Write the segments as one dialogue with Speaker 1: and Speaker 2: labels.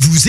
Speaker 1: Vous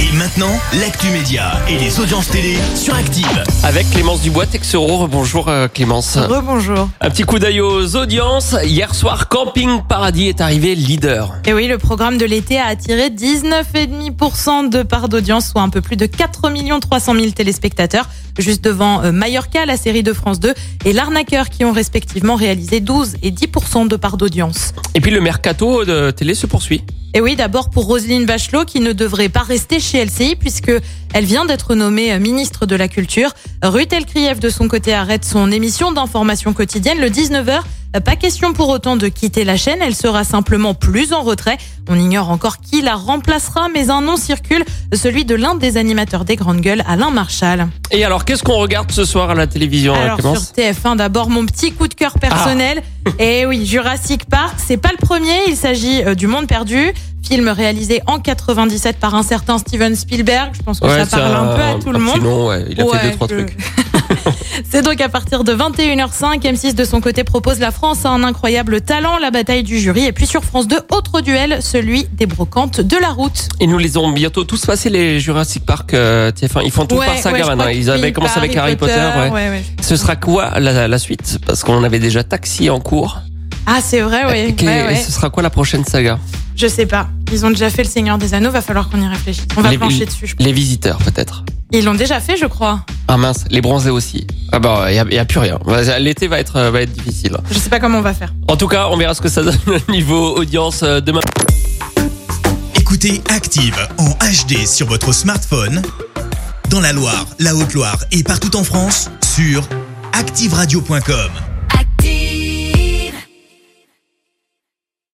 Speaker 1: Et maintenant, l'actu média et les audiences télé sur Active.
Speaker 2: Avec Clémence Dubois, Texero. Bonjour Clémence.
Speaker 3: Rebonjour.
Speaker 2: Un petit coup d'œil aux audiences. Hier soir, Camping Paradis est arrivé leader.
Speaker 3: Et oui, le programme de l'été a attiré 19,5% de part d'audience, soit un peu plus de 4 300 000 téléspectateurs, juste devant euh, Mallorca, la série de France 2, et L'Arnaqueur, qui ont respectivement réalisé 12 et 10% de part d'audience.
Speaker 2: Et puis le mercato de télé se poursuit.
Speaker 3: Et oui, d'abord pour Roselyne Bachelot, qui ne devrait pas rester chez LCI, puisque elle vient d'être nommée euh, ministre de la Culture. Ruth Elkrieff, de son côté, arrête son émission d'information quotidienne le 19h. Euh, Pas question pour autant de quitter la chaîne, elle sera simplement plus en retrait. On ignore encore qui la remplacera, mais un nom circule, celui de l'un des animateurs des Grandes Gueules, Alain Marchal.
Speaker 2: Et alors, qu'est-ce qu'on regarde ce soir à la télévision, euh,
Speaker 3: Alors sur
Speaker 2: Clémence
Speaker 3: TF1 d'abord mon petit coup de cœur personnel.
Speaker 2: Ah.
Speaker 3: Et oui, Jurassic Park, c'est pas le premier, il s'agit euh, du Monde perdu, film réalisé en 97 par un certain Steven Spielberg, je pense que ça
Speaker 2: c'est
Speaker 3: parle un peu à tout le
Speaker 2: petit
Speaker 3: monde.
Speaker 2: nom, ouais. Il a fait
Speaker 3: Ouais,
Speaker 2: deux, trois
Speaker 3: je-
Speaker 2: trucs.
Speaker 3: C'est donc à partir de 21h05, M6 de son côté propose la France à un incroyable talent, la bataille du jury et puis sur France 2 autre duel, celui des brocantes de la route.
Speaker 2: Et nous les avons bientôt tous passés, les Jurassic Park euh, TF1. Ils font tout
Speaker 3: Ouais,
Speaker 2: par
Speaker 3: ouais,
Speaker 2: saga
Speaker 3: je
Speaker 2: maintenant.
Speaker 3: crois
Speaker 2: Ils
Speaker 3: qu'il
Speaker 2: avaient commencé
Speaker 3: part
Speaker 2: avec Harry Potter. ouais.
Speaker 3: ouais, ouais.
Speaker 2: Ce sera quoi la, la suite Parce qu'on avait déjà Taxi en cours.
Speaker 3: Ah c'est vrai
Speaker 2: Et
Speaker 3: oui.
Speaker 2: qu'est-
Speaker 3: ouais, ouais.
Speaker 2: Ce sera quoi la prochaine saga
Speaker 3: Je sais pas. Ils ont déjà fait le Seigneur des Anneaux, va falloir qu'on y réfléchisse. On va
Speaker 2: Les-
Speaker 3: plancher dessus. je
Speaker 2: Les visiteurs peut-être.
Speaker 3: Ils l'ont déjà fait, je crois.
Speaker 2: Ah mince, les bronzés aussi. Ah bah il n'y a, plus rien. Vas- L'été va être, euh, va être difficile.
Speaker 3: Je sais pas comment on va faire.
Speaker 2: En tout cas, on verra ce que ça donne au niveau audience euh, demain.
Speaker 1: Écoutez Active en HD sur votre smartphone, dans la Loire, la Haute-Loire et partout en France, sur activeradio.com.